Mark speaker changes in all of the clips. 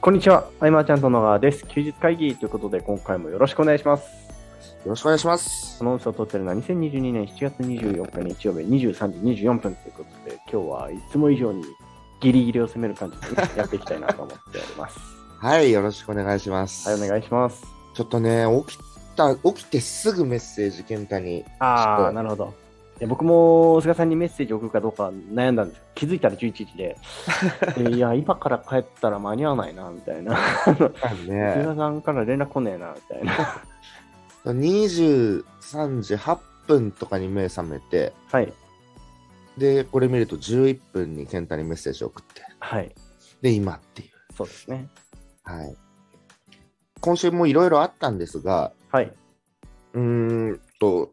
Speaker 1: こんにちは、あいまーちゃんと野川です。休日会議ということで、今回もよろしくお願いします。
Speaker 2: よろしくお願いします。
Speaker 1: この音声を撮ってるのは2022年7月24日日曜日23時24分ということで、今日はいつも以上にギリギリを攻める感じでねやっていきたいなと思っており ます。
Speaker 2: はい、よろしくお願いします。
Speaker 1: はい、お願いします。
Speaker 2: ちょっとね、起きた、起きてすぐメッセージ、健太に。
Speaker 1: あ
Speaker 2: は
Speaker 1: あ、
Speaker 2: い
Speaker 1: なるほど。いや僕も菅さんにメッセージ送るかどうか悩んだんですよ気づいたら11時 ででいや今から帰ったら間に合わないなみたいな菅、
Speaker 2: ね、
Speaker 1: さんから連絡来ねえなみたいな
Speaker 2: 23時8分とかに目覚めて、
Speaker 1: はい
Speaker 2: で、これ見ると11分に健太にメッセージ送って、
Speaker 1: はい
Speaker 2: で、今っていう。
Speaker 1: そうですね
Speaker 2: はい。今週もいろいろあったんですが、
Speaker 1: はい。
Speaker 2: うーんと、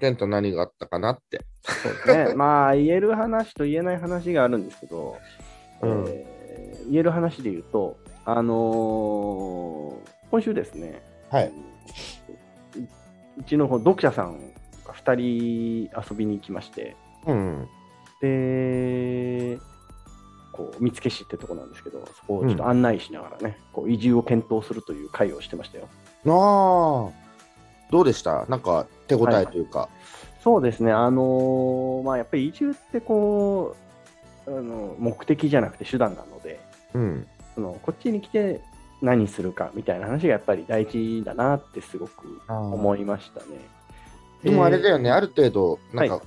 Speaker 2: 健太何があったかなって。
Speaker 1: そうですね。まあ、言える話と言えない話があるんですけど、
Speaker 2: うん
Speaker 1: えー言える話で言うと、あのー今週ですね、
Speaker 2: はい。
Speaker 1: ううちの方読者さんが2人遊びに行きまして、
Speaker 2: うん。
Speaker 1: で、こう見附市ってとこなんですけど、そこをちょっと案内しながらね、こう移住を検討するという会をしてましたよ。
Speaker 2: ああ、どうでしたなんか手応えというか。
Speaker 1: そうですね、あのーまあ、やっぱり移住ってこうあの、目的じゃなくて手段なので、
Speaker 2: うん。
Speaker 1: そのこっちに来て何するかみたいな話がやっぱり大事だなってすごく思いましたね。
Speaker 2: でもあれだよね、
Speaker 1: えー
Speaker 2: ある程度、なんか、
Speaker 1: は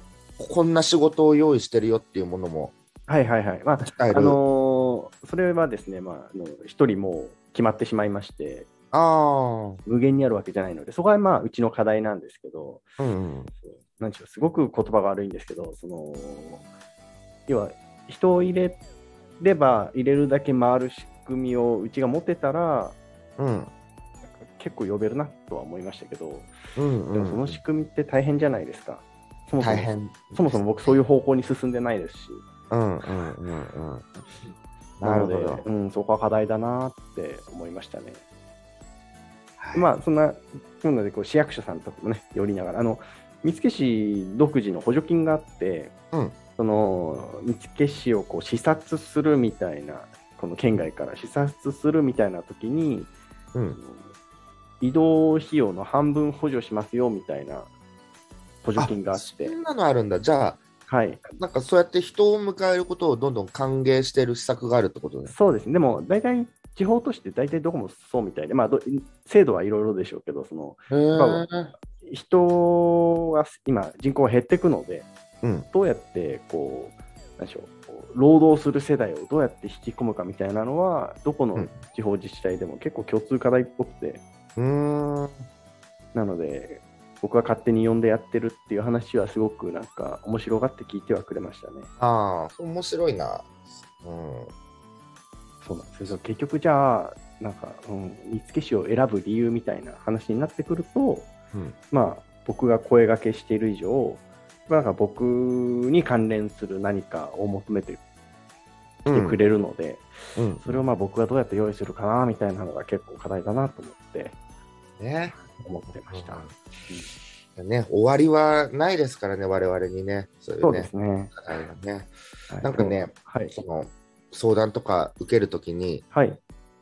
Speaker 2: こんな仕事を用意してるよっていうものも
Speaker 1: はいはいはい。まあ、
Speaker 2: 伝え
Speaker 1: あ
Speaker 2: る。
Speaker 1: のーそれはですね、まあ、あの一人もう決まってしまいまして、
Speaker 2: あ
Speaker 1: 無限にあるわけじゃないので、そこはまあ、うちの課題なんですけど、
Speaker 2: あ、うん、
Speaker 1: なんでしょう、すごく言葉が悪いんですけど、その、要は、人を入れれば入れるだけ回る仕組みをうちが持てたら、
Speaker 2: うん、
Speaker 1: 結構呼べるなとは思いましたけど、
Speaker 2: うん、
Speaker 1: でもその仕組みって大変じゃないですか。そもそも
Speaker 2: 大変。
Speaker 1: そもそも僕そういう方向に進んでないですし、
Speaker 2: うん、うん、うん、うん。な
Speaker 1: なの
Speaker 2: るほ
Speaker 1: で、
Speaker 2: ど。
Speaker 1: うん、そこは課題だなって思いましたね。
Speaker 2: はい
Speaker 1: まあそんな、なのでこう市役所さんとかもね、寄りながら、あの見附市独自の補助金があって、
Speaker 2: うん
Speaker 1: その見附市をこう視察するみたいな、この県外から視察するみたいな時に、
Speaker 2: うん、
Speaker 1: 移動費用の半分補助しますよみたいな補助金があって
Speaker 2: そ、んなのあるんだ。じゃあ、
Speaker 1: はい、
Speaker 2: なんかそうやって人を迎えることをどんどん歓迎してる施策があるってことです。
Speaker 1: そうですね、でも大体、地方都市って大体どこもそうみたいで、まあ、ど制度はいろいろでしょうけど、その
Speaker 2: へー
Speaker 1: 人が今、人口が減っていくので、
Speaker 2: うん、
Speaker 1: どうやってこう、なんでしょう、こう労働する世代をどうやって引き込むかみたいなのは、どこ
Speaker 2: う
Speaker 1: の
Speaker 2: ん
Speaker 1: 地方自治体でも結構共通課題っぽくて、
Speaker 2: うーん、
Speaker 1: なので、僕が勝手に呼んでやってるっていう話は、すごくなんか、面白がって聞いてはくれましたね。
Speaker 2: ああ、面白いな。うん、
Speaker 1: そうなんですよ結局じゃあなんか、うん、見附市を選ぶ理由みたいな話になってくると、
Speaker 2: うん
Speaker 1: まあ僕が声掛けしている以上まあなんか僕に関連する何かを求めてきてくれるので、
Speaker 2: うん、
Speaker 1: それをまあ僕がどうやって用意するかなみたいなのが結構課題だなと思って
Speaker 2: ね。
Speaker 1: 思ってました、
Speaker 2: ね、終わりはないですからね、我々にね、そうい
Speaker 1: そううで
Speaker 2: ね、
Speaker 1: すね、
Speaker 2: 課題がね。
Speaker 1: はい
Speaker 2: なんかね、
Speaker 1: はい
Speaker 2: その相談とか受けるときに、
Speaker 1: はい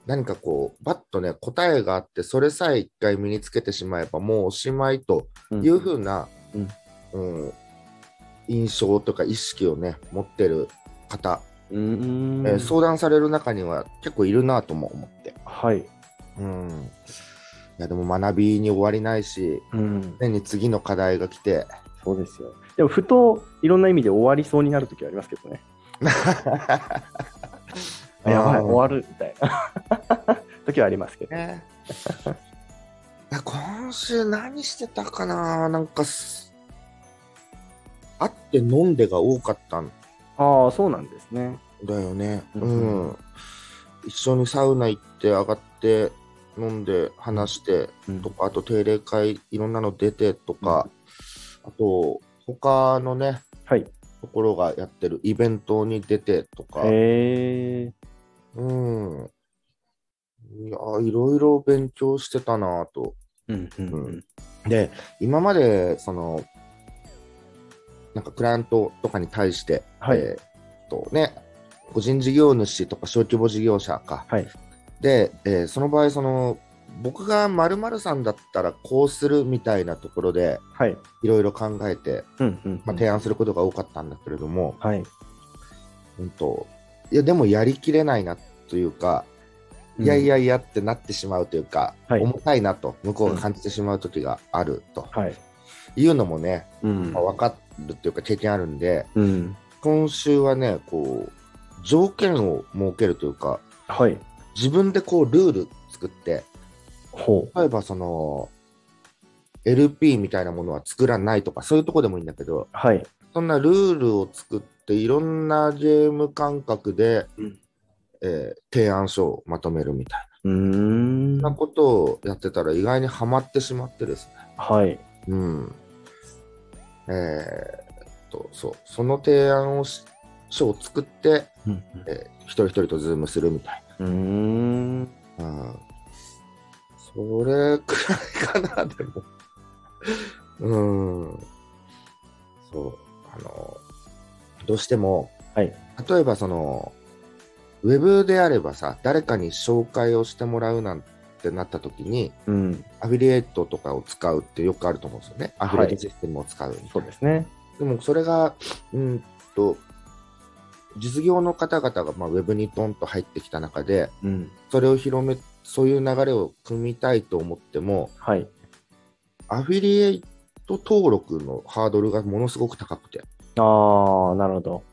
Speaker 2: 何かこう、バッとね、答えがあって、それさえ一回身につけてしまえば、もうおしまいと
Speaker 1: うん
Speaker 2: いうふうな、
Speaker 1: うん
Speaker 2: うん印象とか意識をね、持ってる方、
Speaker 1: うん
Speaker 2: えー相談される中には結構いるなとも思って。
Speaker 1: はい
Speaker 2: うん、いやでも学びに終わりないし、
Speaker 1: うん
Speaker 2: 常に次の課題が来て、
Speaker 1: そうですよでもふといろんな意味で終わりそうになる時はありますけどねあやばい、
Speaker 2: うん
Speaker 1: 終わるみたい な時はありますけど。
Speaker 2: ね。いや今週何してたかななんかす、会って飲んでが多かったん
Speaker 1: ああ、そうなんですね。
Speaker 2: だよね。
Speaker 1: う
Speaker 2: うんん。一緒にサウナ行って上がって飲んで話してとか、あと定例会いろんなの出てとか、あと他のね、
Speaker 1: はい。
Speaker 2: ところがやってるイベントに出てとか、
Speaker 1: へえ。
Speaker 2: うん。いや、いろいろ勉強してたなぁと
Speaker 1: うんうん
Speaker 2: うで今までそのなんかクライアントとかに対して、
Speaker 1: はい
Speaker 2: えーっとね、個人事業主とか小規模事業者か
Speaker 1: はい。
Speaker 2: で、えーその場合その僕が〇〇さんだったらこうするみたいなところで
Speaker 1: はい。
Speaker 2: いろいろ考えて、
Speaker 1: うんうん、
Speaker 2: まあ、提案することが多かったんだけれども、
Speaker 1: はい。
Speaker 2: うんといやでもやりきれないなというか、いやいやいやってなってしまうというか、
Speaker 1: はい
Speaker 2: 重たいなと向こうが感じてしまう時があると
Speaker 1: うん。はい。
Speaker 2: いうのもね、
Speaker 1: うん
Speaker 2: まあ、分かるというか経験あるんで
Speaker 1: うん。
Speaker 2: 今週はねこう条件を設けるというか
Speaker 1: はい。
Speaker 2: 自分でこうルール作って
Speaker 1: ほ
Speaker 2: 例えばその LP みたいなものは作らないとかそういうとこでもいいんだけど
Speaker 1: う。はい。
Speaker 2: そんなルールを作っていろんなゲーム感覚で、
Speaker 1: うん
Speaker 2: えー提案書をまとめるみたいう
Speaker 1: ーん。
Speaker 2: なそんなことをやってたら意外にはまってしまってですね
Speaker 1: はい。
Speaker 2: うんえーっとそうその提案をし書を作って、
Speaker 1: うん
Speaker 2: えー一人一人とズームするみたいな。
Speaker 1: うん。うーん。
Speaker 2: うんそれくらいかな、でも。うん。そう、あの、どうしても、
Speaker 1: はい
Speaker 2: 例えばその、ウェブであればさ、誰かに紹介をしてもらうなんてなった時に、
Speaker 1: うん。
Speaker 2: アフィリエイトとかを使うってよくあると思うんですよね。アフィリエイ
Speaker 1: は
Speaker 2: ト
Speaker 1: い
Speaker 2: システムを使うみたいな、
Speaker 1: そうですね。
Speaker 2: でもそれが、うんと、実業の方々が、まあ、ウェブにドンと入ってきた中で、
Speaker 1: うん。
Speaker 2: それを広め、そういう流れを組みたいと思っても、
Speaker 1: はい。
Speaker 2: アフィリエイト登録のハードルがものすごく高くて、
Speaker 1: ああ、なるほど。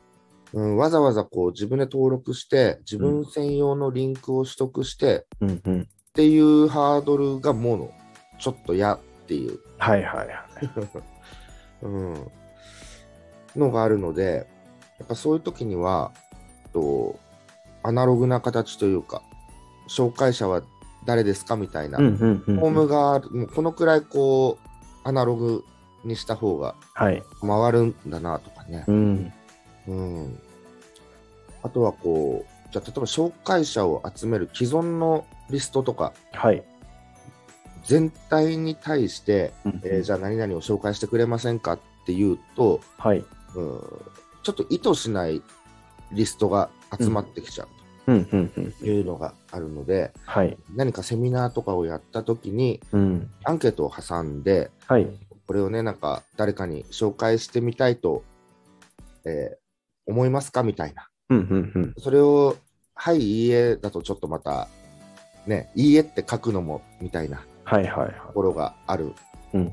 Speaker 2: うん、わざわざこう自分で登録して、自分専用のリンクを取得して、っ
Speaker 1: うんうん。
Speaker 2: ていうハードルがもの、ちょっと嫌っていう、
Speaker 1: はいはいはい。
Speaker 2: うん、のがあるので、やっぱそういう時には、とアナログな形というか、紹介者は誰ですかみたいな、
Speaker 1: うんうん
Speaker 2: フォー
Speaker 1: うん。
Speaker 2: ムがある、もうこのくらいこう、アナログにした方が
Speaker 1: はい。
Speaker 2: 回るんだなとかね
Speaker 1: う。ん。
Speaker 2: うん。あとはこう、じゃあ例えば紹介者を集める既存のリストとか、
Speaker 1: はい。
Speaker 2: 全体に対して、
Speaker 1: うん
Speaker 2: えーじゃあ何々を紹介してくれませんかっていうと、
Speaker 1: はい。
Speaker 2: うん、ちょっと意図しないリストが集まってきちゃう
Speaker 1: うんうんうん。
Speaker 2: というのがあるので、
Speaker 1: はい。
Speaker 2: 何かセミナーとかをやった時に、
Speaker 1: うん。
Speaker 2: アンケートを挟んで、
Speaker 1: はい。
Speaker 2: これをね、なんか誰かに紹介してみたいと、えー思いますかみたいな。
Speaker 1: うんうんうん。
Speaker 2: それを、はい、いいえだとちょっとまた、ね、いいえって書くのもみたいな
Speaker 1: はいはいはい。
Speaker 2: ところがある。
Speaker 1: うん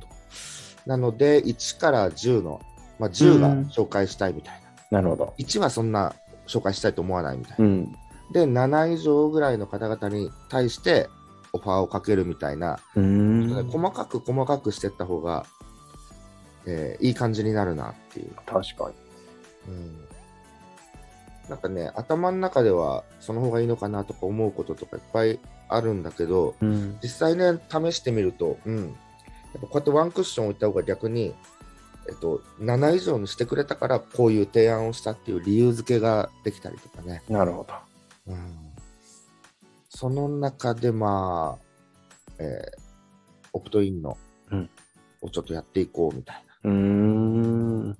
Speaker 2: なので、1から10の、まあ、10が
Speaker 1: うん
Speaker 2: 紹介したいみたいな。
Speaker 1: なるほど。
Speaker 2: 1はそんな紹介したいと思わないみたいうな。
Speaker 1: ん。
Speaker 2: で、7以上ぐらいの方々に対してオファーをかけるみたいな、
Speaker 1: うーん。
Speaker 2: 細かく細かくしていった方が、えーいい感じになるなっていう。
Speaker 1: 確かに。
Speaker 2: うんなんかね、頭の中ではその方がいいのかなとか思うこととかいっぱいあるんだけど、
Speaker 1: うん。
Speaker 2: 実際ね、試してみると、うん、やっぱこうやってワンクッション置いた方が逆に、えっと、7以上にしてくれたからこういう提案をしたっていう理由付けができたりとかね。
Speaker 1: なるほど。
Speaker 2: うん、その中で、まあ、えーオプトインの、
Speaker 1: うん
Speaker 2: をちょっとやっていこうみたいな。
Speaker 1: うーん。
Speaker 2: うん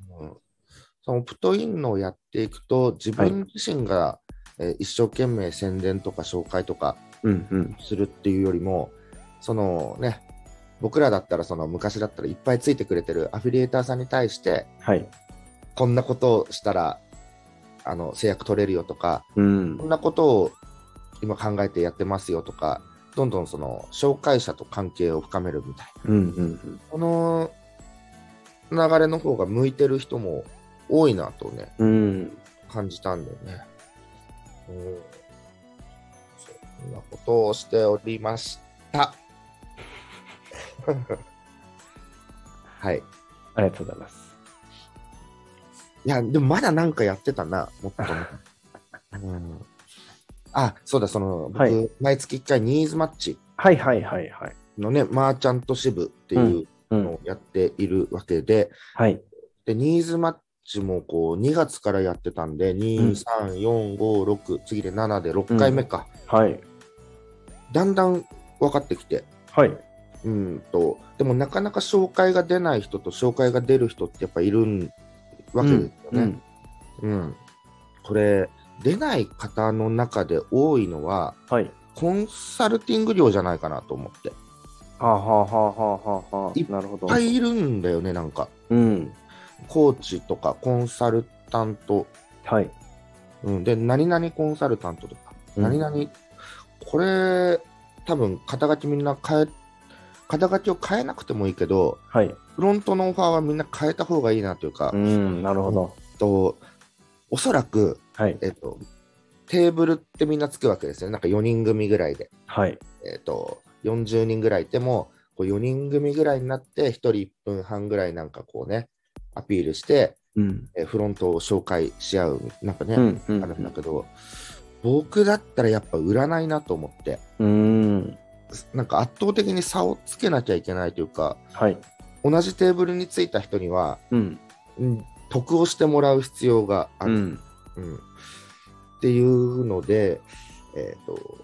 Speaker 2: そのオプトインのをやっていくと、自分自身が、えー一生懸命宣伝とか紹介とか
Speaker 1: うんうん。
Speaker 2: するっていうよりも、そのね、僕らだったら、その昔だったらいっぱいついてくれてるアフィリエーターさんに対して、
Speaker 1: はい。
Speaker 2: こんなことをしたら、あの、制約取れるよとか、
Speaker 1: うん
Speaker 2: こん。なことを今考えてやってますよとか、どんどんその紹介者と関係を深めるみたいな。
Speaker 1: うんうん
Speaker 2: この流れの方が向いてる人も多いなとね、
Speaker 1: うん。うん。
Speaker 2: 感じたんだよね。うん。そんなことをしておりました。 はい。い
Speaker 1: ありがとうございます。
Speaker 2: や、でもまだなんかやってたな、もっともっと。うん、あ、そうだ、その、僕、
Speaker 1: はい
Speaker 2: 毎月1回ニーズマッチ
Speaker 1: はいはいはいはい。
Speaker 2: のね、マーチャント支部っていう
Speaker 1: う
Speaker 2: の
Speaker 1: ん。
Speaker 2: をやっているわけで、
Speaker 1: はい。
Speaker 2: で、ニーズマッチもこう、2月からやってたんで、2、3、4、5、6、次で7で6回目か。
Speaker 1: はい。
Speaker 2: だんだん分かってきて、
Speaker 1: はい。
Speaker 2: うんと、でもなかなか紹介が出ない人と紹介が出る人ってやっぱいるんわけですよ
Speaker 1: う
Speaker 2: ね。
Speaker 1: ん。
Speaker 2: うんこれ、出ない方の中で多いのは、
Speaker 1: はい。
Speaker 2: コンサルティング料じゃないかなと思って。いっ
Speaker 1: はあはあはあはあはあ。なるほど。
Speaker 2: ぱいいるんだよね、なんか。
Speaker 1: うん。
Speaker 2: コーチとかコンサルタント、
Speaker 1: はい。
Speaker 2: うん、で、何々コンサルタントとか、
Speaker 1: うん
Speaker 2: 何々、これ、多分肩書きみんな変え、肩書きを変えなくてもいいけど、
Speaker 1: はい。
Speaker 2: フロントのオファーはみんな変えた方がいいなというか、
Speaker 1: う
Speaker 2: え
Speaker 1: ん。なるほど。
Speaker 2: っと、おそらく、
Speaker 1: はい。
Speaker 2: えっと、テーブルってみんなつくわけですよね。なんか4人組ぐらいで。
Speaker 1: はい。
Speaker 2: えっと、40人ぐらいいても、こう4人組ぐらいになって、1人1分半ぐらいなんかこうね、アピールして、
Speaker 1: うん。
Speaker 2: えーフロントを紹介し合う、なんかね、
Speaker 1: うん。う
Speaker 2: あるんだ
Speaker 1: ん
Speaker 2: けど、僕だったらやっぱ売らないなと思って、
Speaker 1: うん。
Speaker 2: なんか圧倒的に差をつけなきゃいけないというか、
Speaker 1: はい。
Speaker 2: 同じテーブルについた人には、
Speaker 1: うん。
Speaker 2: うん得をしてもらう必要があ
Speaker 1: う
Speaker 2: る。
Speaker 1: ん。
Speaker 2: うんっていうので、えー、と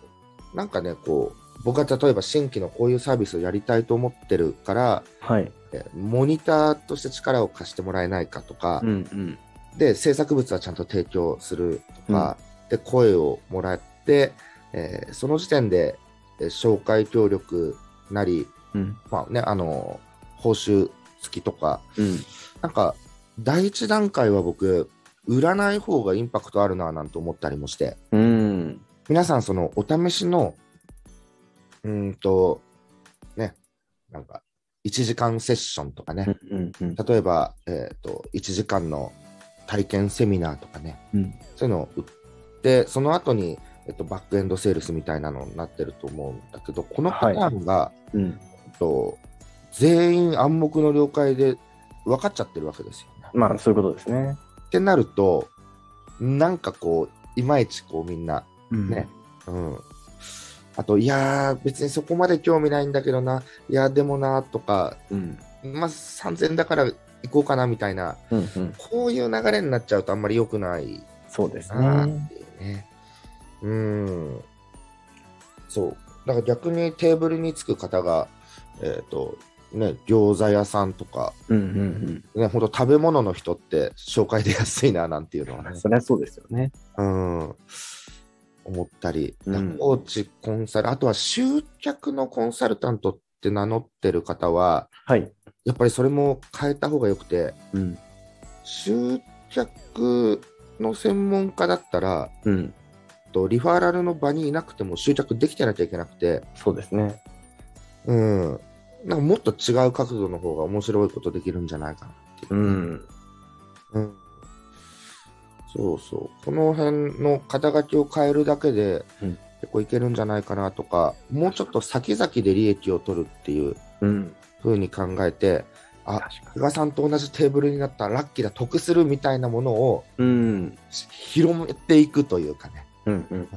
Speaker 2: なんかねこう僕は例えば新規のこういうサービスをやりたいと思ってるから、
Speaker 1: はい。
Speaker 2: えーモニターとして力を貸してもらえないかとか
Speaker 1: う、ん。うん。
Speaker 2: で制作物はちゃんと提供するとか、で声をもらって、えーその時点で、えー紹介協力なり、
Speaker 1: うん。
Speaker 2: まあね、あの報酬付きとか
Speaker 1: うん。
Speaker 2: なんか第一段階は僕売らない方がインパクトあるななんて思ったりもして
Speaker 1: うん。
Speaker 2: 皆さんそのお試しのうーんとねなんか1時間セッションとかね、
Speaker 1: うん。うん。
Speaker 2: 例えば、えー、と1時間の体験セミナーとかね
Speaker 1: うん。
Speaker 2: そういうのを売ってその後に、えっとバックエンドセールスみたいなのになってると思うんだけどこのパターンが、
Speaker 1: うん。
Speaker 2: えっと全員暗黙の了解で分かっちゃってるわけですよね。
Speaker 1: まあ、そういうことですね。
Speaker 2: ってなると、なんかこう、いまいちこうみんな、
Speaker 1: うん
Speaker 2: ねうん。あと、いやー、別にそこまで興味ないんだけどな、いやー、でもなーとか、
Speaker 1: うん。
Speaker 2: まあ、3000だから行こうかなみたいな、
Speaker 1: うん。うん。
Speaker 2: こういう流れになっちゃうとあんまり良くない
Speaker 1: そうです
Speaker 2: なー
Speaker 1: ね
Speaker 2: っ。ていうね。うん。そう。だから逆にテーブルにつく方が、えっ、と、ね、餃子屋さんとか、
Speaker 1: うん。うん。
Speaker 2: ね、ほんと食べ物の人って紹介で安いななんていうのは
Speaker 1: う
Speaker 2: ね
Speaker 1: ん。。そりゃそうですよね。
Speaker 2: うん、思ったり、
Speaker 1: うん
Speaker 2: コーチ、コンサル、あとは集客のコンサルタントって名乗ってる方は、
Speaker 1: はい。
Speaker 2: やっぱりそれも変えた方がよくて、
Speaker 1: うん。
Speaker 2: 集客の専門家だったら、
Speaker 1: うん。
Speaker 2: とリファーラルの場にいなくても集客できてなきゃいけなくて、
Speaker 1: そうですね。
Speaker 2: うん、なんかもっと違う角度の方が面白いことできるんじゃないかな。
Speaker 1: うん。
Speaker 2: うん、そうそう、この辺の肩書きを変えるだけで、
Speaker 1: うん
Speaker 2: 結構いけるんじゃないかなとか、もうちょっと先々で利益を取るっていう
Speaker 1: うん。
Speaker 2: 風に考えて、あ
Speaker 1: 確か
Speaker 2: 比嘉さんと同じテーブルになったらラッキーだ、得するみたいなものを
Speaker 1: に。うん。
Speaker 2: し広めていくというかね、
Speaker 1: うん。うん。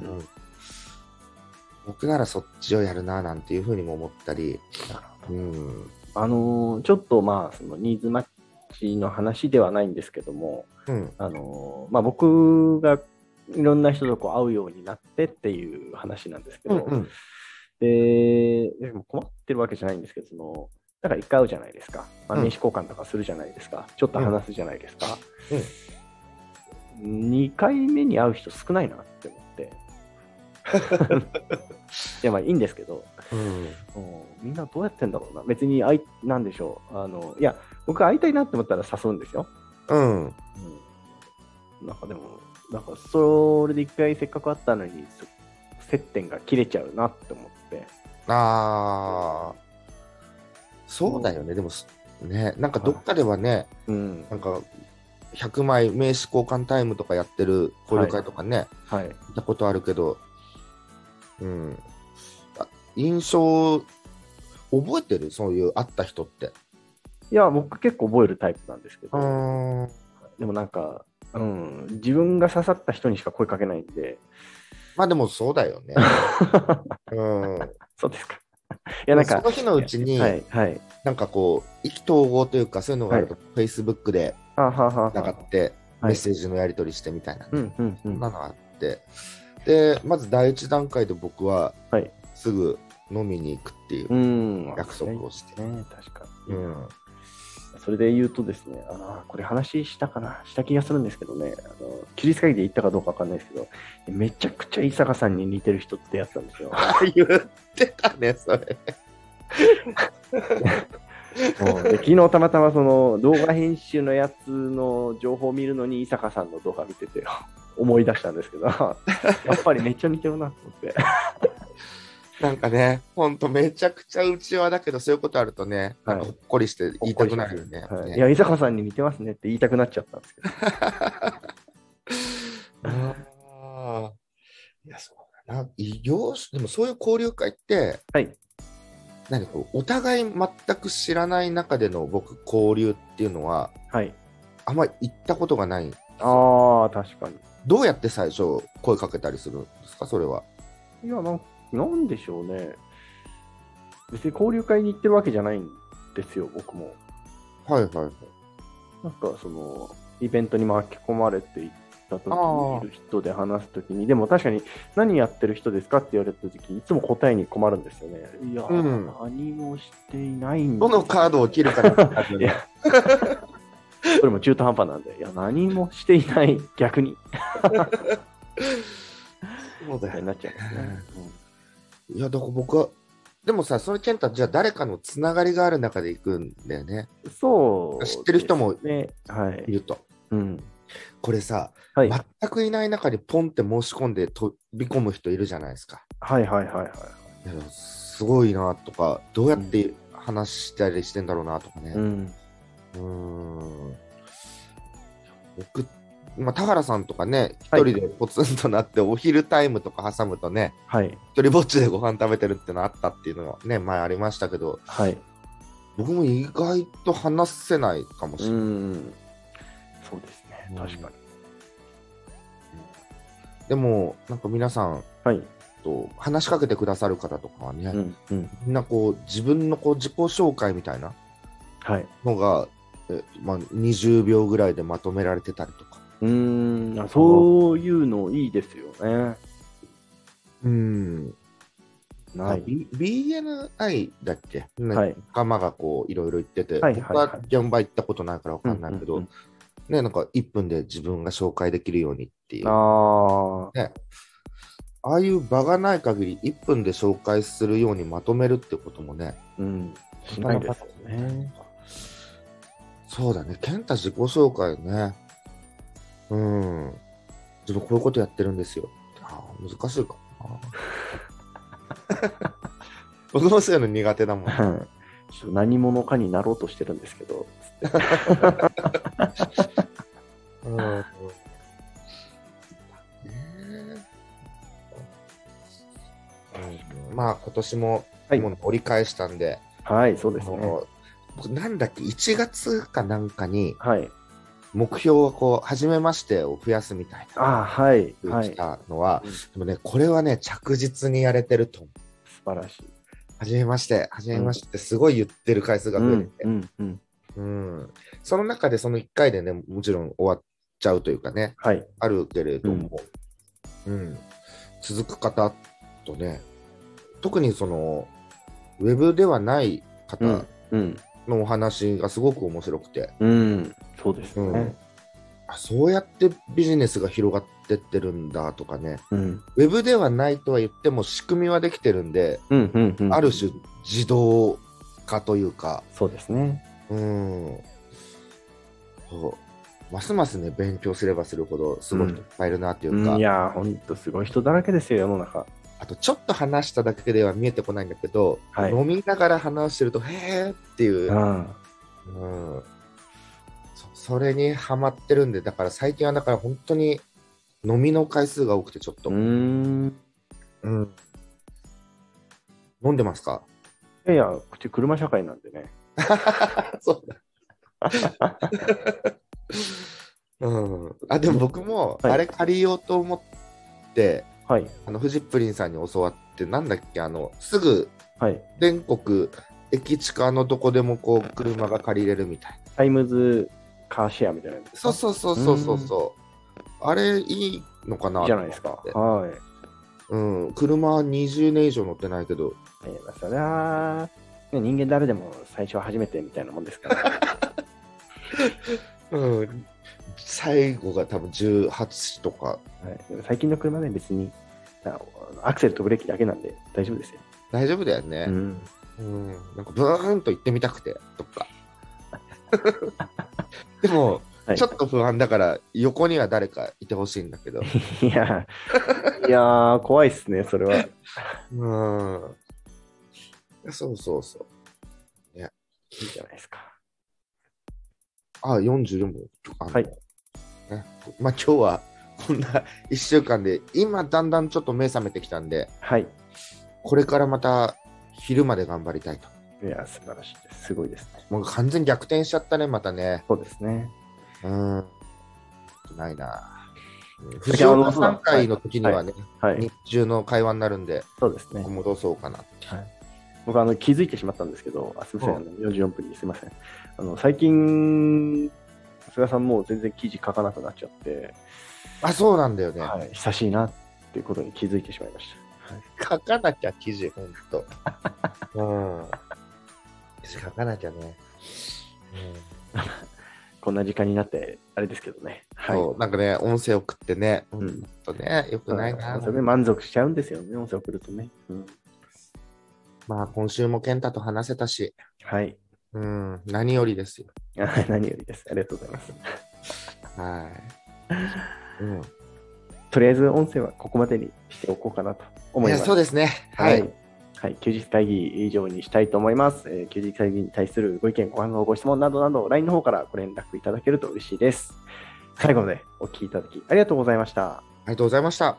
Speaker 2: 僕ならそっちをやるななんていう風にも思ったり、うん
Speaker 1: あのーちょっとまあそのニーズマッチの話ではないんですけども、
Speaker 2: うん
Speaker 1: あのーまあ、僕がいろんな人とこう会うようになってっていう話なんですけ
Speaker 2: う
Speaker 1: ど、
Speaker 2: んうん
Speaker 1: ででも困ってるわけじゃないんですけどそのだから一回会うじゃないですか、まあ、
Speaker 2: うん
Speaker 1: 名刺交換とかするじゃないですか、ちょっと話すじゃないですか、2回目に会う人少ないなって思っていやまあいいんですけど
Speaker 2: うん
Speaker 1: うんみんなどうやってんだろうな、別にあい、なんでしょう、あのいや、僕、会いたいなって思ったら誘うんですよ。
Speaker 2: うん
Speaker 1: なんかでも、なんかそれで一回せっかく会ったのに、そ接点が切れちゃうなって思って、
Speaker 2: ああ、そうだよね、でもす、ね、なんかどっかではね、
Speaker 1: うん、
Speaker 2: なんか100枚名刺交換タイムとかやってる交流会とかね、
Speaker 1: はい、
Speaker 2: 見たことあるけど、うん、あ印象、覚えてるそういう会った人って。
Speaker 1: いや、僕、結構覚えるタイプなんですけ
Speaker 2: う
Speaker 1: ど、
Speaker 2: ーん
Speaker 1: でもなんか、うん、自分が刺さった人にしか声かけないん で、
Speaker 2: まあでもそうだよ ね。うん、
Speaker 1: そうですか。いや、なんか
Speaker 2: そ、の日のうちに、
Speaker 1: はい、はい、
Speaker 2: なんかこう、意気投合というか、そういうのがあると、Facebook で
Speaker 1: あははは
Speaker 2: ながって、
Speaker 1: は
Speaker 2: メッ
Speaker 1: い
Speaker 2: セージのやり取りしてみたいなね。
Speaker 1: うん、うん、う
Speaker 2: そん
Speaker 1: ん、
Speaker 2: なのあって、で、まず第一段階で僕は
Speaker 1: はい、
Speaker 2: すぐ飲みに行くっていう
Speaker 1: うん、
Speaker 2: 約束をして、
Speaker 1: ね、確かに。
Speaker 2: うん
Speaker 1: それで言うとですね、あのこれ話したかな、した気がするんですけどね、あのキリス会議で言ったかどうかわかんないですけど、めちゃくちゃ伊坂さんに似てる人って出会ったんですよ。
Speaker 2: 言ってたね、それ。
Speaker 1: そうで昨日たまたまその動画編集のやつの情報を見るのに伊坂さんの動画見て て思い出したんですけど やっぱりめっちゃ似てるなと思って
Speaker 2: なんかね、ほんとめちゃくちゃうちわだけど、そういうことあるとね、
Speaker 1: はい
Speaker 2: なんかほっこりして言いたくなるよね。やっぱ
Speaker 1: はい、い
Speaker 2: ね
Speaker 1: や伊坂さんに似てますねって言いたくなっちゃったんですけど
Speaker 2: あーいや、そうだな。異業種、でもそういう交流会って、
Speaker 1: はい
Speaker 2: 何かお互い全く知らない中での僕、交流っていうのは、
Speaker 1: はい
Speaker 2: あんまり行ったことがない。
Speaker 1: ああ確かに
Speaker 2: どうやって最初、声かけたりするんですか、それは。
Speaker 1: いやなんなんでしょうね別に交流会に行ってるわけじゃないんですよ僕も
Speaker 2: はいはいはい。
Speaker 1: なんかそのイベントに巻き込まれていった時にいる人で話す時にでも確かに何やってる人ですかって言われた時いつも答えに困るんですよねいや、
Speaker 2: うん
Speaker 1: 何もしていないん
Speaker 2: どのカードを切るかな
Speaker 1: いやそれも中途半端なんでいや何もしていない逆にみ
Speaker 2: そうだ
Speaker 1: たいに
Speaker 2: よね
Speaker 1: なっちゃうんですね、
Speaker 2: いや、だから僕は、でもさ、それ健太、じゃあ誰かのつながりがある中で行くんだよね、
Speaker 1: うんそう
Speaker 2: 知ってる人も
Speaker 1: ですねはい
Speaker 2: い、ると。
Speaker 1: うん
Speaker 2: これさ、
Speaker 1: はい、はい
Speaker 2: 全くいない中にポンって申し込んで飛び込む人いるじゃないですか。
Speaker 1: はいはいはい
Speaker 2: いやでもすごいなとか、どうやって話したりしてんだろうなとかね。
Speaker 1: うん
Speaker 2: うーん僕、まあ、田原さんとかね、一
Speaker 1: はい
Speaker 2: 人でポツンとなって、お昼タイムとか挟むとね、
Speaker 1: はい
Speaker 2: 一人ぼっちでご飯食べてるってのあったっていうのはね、前ありましたけど、
Speaker 1: はい
Speaker 2: 僕も意外と話せないかもしれ
Speaker 1: う
Speaker 2: ない。
Speaker 1: んそうですね確かに、
Speaker 2: でも、なんか皆さん
Speaker 1: はい
Speaker 2: と話しかけてくださる方とかはね、
Speaker 1: うんうん
Speaker 2: みんなこう、自分のこう自己紹介みたいな
Speaker 1: はい
Speaker 2: のが、えまあ、20秒ぐらいでまとめられてたりとか。
Speaker 1: うーんあそういうのいいですよね。
Speaker 2: うん。
Speaker 1: ない
Speaker 2: B- BNI だっけ、ね
Speaker 1: はい。
Speaker 2: 仲間がこういろいろ言ってて、
Speaker 1: はいはいはい
Speaker 2: 僕は現場行ったことないから分かんないけど、
Speaker 1: うんうん
Speaker 2: ね、なんか1分で自分が紹介できるようにっていう、あ
Speaker 1: あ
Speaker 2: あいう場がない限り1分で紹介するようにまとめるってこともね、
Speaker 1: あ、うん。しないですよね。
Speaker 2: そうだね、健太自己紹介ね、うん、自分こういうことやってるんですよ。あー難しいかも な。僕もそういうの苦手だもん。
Speaker 1: ちょっと何者かになろうとしてるんですけど、
Speaker 2: うんねうんまあ今年も
Speaker 1: はい
Speaker 2: もう折り返したんで、
Speaker 1: はい、そうです
Speaker 2: あ
Speaker 1: ね。
Speaker 2: の僕なんだっけ1月かなんかに
Speaker 1: はい。
Speaker 2: 目標をこう初めましてを増やすみたいな
Speaker 1: ああ、はい。は
Speaker 2: し
Speaker 1: い。
Speaker 2: たのは、
Speaker 1: うん
Speaker 2: でもねこれはね着実にやれてると思う
Speaker 1: 素晴らしい。
Speaker 2: 初めまして初めましてってすごい言ってる回数が
Speaker 1: う
Speaker 2: 増え
Speaker 1: ん、
Speaker 2: て
Speaker 1: うん、うん。
Speaker 2: うんその中でその1回でねもちろん終わっちゃうというかね
Speaker 1: はい。
Speaker 2: あるけれども、うん続く方とね特にそのウェブではない方
Speaker 1: うん。
Speaker 2: のお話がすごく面白くて、
Speaker 1: うん。そうです
Speaker 2: うん
Speaker 1: ね。
Speaker 2: あそうやってビジネスが広がってってるんだとかね
Speaker 1: うん。
Speaker 2: ウェブではないとは言っても仕組みはできてるんで、
Speaker 1: うん、うん、うん。
Speaker 2: ある種自動化というか、
Speaker 1: そうですね。
Speaker 2: うん、そうますますね勉強すればするほどすごい人いっぱいいるなというか、
Speaker 1: うんいやー、ほんとすごい人だらけですよ、世の中。
Speaker 2: あとちょっと話しただけでは見えてこないんだけど、
Speaker 1: はい
Speaker 2: 飲みながら話してるとへーっていう、
Speaker 1: うん。
Speaker 2: うんそそれにハマってるんでだから最近はだから本当に飲みの回数が多くてちょっと、
Speaker 1: うーん。
Speaker 2: うん飲んでますか
Speaker 1: いやいや、うち車社会なんでね。
Speaker 2: そうだうん、あでも僕も
Speaker 1: はい
Speaker 2: あれ借りようと思って、
Speaker 1: はい。
Speaker 2: あのフジプリンさんに教わってなんだっけあのすぐ
Speaker 1: はい。
Speaker 2: 全国駅近のどこでもこう車が借りれるみたいな
Speaker 1: タイムズカーシェアみたいなやつ
Speaker 2: そうそうそうそうそうそうあれいいのかな
Speaker 1: じゃないですか。
Speaker 2: と思って
Speaker 1: はい。
Speaker 2: うん車20年以上乗ってないけど
Speaker 1: えーまあ、それは、ね人間誰でも最初は初めてみたいなもんです から、
Speaker 2: うん、最後が多分18とか
Speaker 1: はい、でも最近の車ね、別にあアクセルとブレーキだけなんで大丈夫ですよ。
Speaker 2: 大丈夫だよね、
Speaker 1: ん、
Speaker 2: うん、なんかブーンと行ってみたくてどっか でも、
Speaker 1: はい
Speaker 2: ちょっと不安だから横には誰かいてほしいんだけど
Speaker 1: いや、いやー怖いっすね、それは。
Speaker 2: うんそうそうそう
Speaker 1: いいじゃないですか。
Speaker 2: あ44分あの
Speaker 1: はい
Speaker 2: ねまあ今日はこんな1週間で今だんだんちょっと目覚めてきたんで
Speaker 1: はい。
Speaker 2: これからまた昼まで頑張りたいと
Speaker 1: いや、素晴らしいです。すごいですね。
Speaker 2: もう完全に逆転しちゃったねまたね
Speaker 1: そうですね。
Speaker 2: うん。ないな。うん
Speaker 1: 先
Speaker 2: 藤
Speaker 1: ほど
Speaker 2: 岡さん会の時にはね、
Speaker 1: はい。
Speaker 2: 日中の会話になるんで、
Speaker 1: そうですね。
Speaker 2: 戻そうかな。
Speaker 1: 僕あの気づいてしまったんですけど、あすみません、
Speaker 2: う
Speaker 1: あの44分にすみません。あの最近、菅さんもう全然記事書かなくなっちゃって、
Speaker 2: あ、そうなんだよね。
Speaker 1: はい、久しいなっていうことに気づいてしまいまし
Speaker 2: 書かなきゃ記事、ほんと。うん。記事書かなきゃね。
Speaker 1: た。こんな時間になって、あれですけどね。
Speaker 2: うん、
Speaker 1: はい。
Speaker 2: そうなんかね、音声送ってね、ほ
Speaker 1: うんん
Speaker 2: とね、よくないな。
Speaker 1: それで満足しちゃうんですよね、音声送るとね。うん、
Speaker 2: まあ、今週も健太と話せたし、
Speaker 1: はい。
Speaker 2: うん、何よりですよ。
Speaker 1: あ何よりです。ありがとうございます。
Speaker 2: はい。うん、
Speaker 1: とりあえず音声はここまでにしておこうかなと思
Speaker 2: い
Speaker 1: い
Speaker 2: や
Speaker 1: ます。
Speaker 2: そうですね。は。
Speaker 1: はいい。はい、休日会議以上にしたいと思います、えー休日会議に対するご意見、ご反応、ご質問などなど、LINE の方からご連絡いただけると嬉しいです。最後までお聞きいただきありがとうございました。
Speaker 2: ありがとうございました。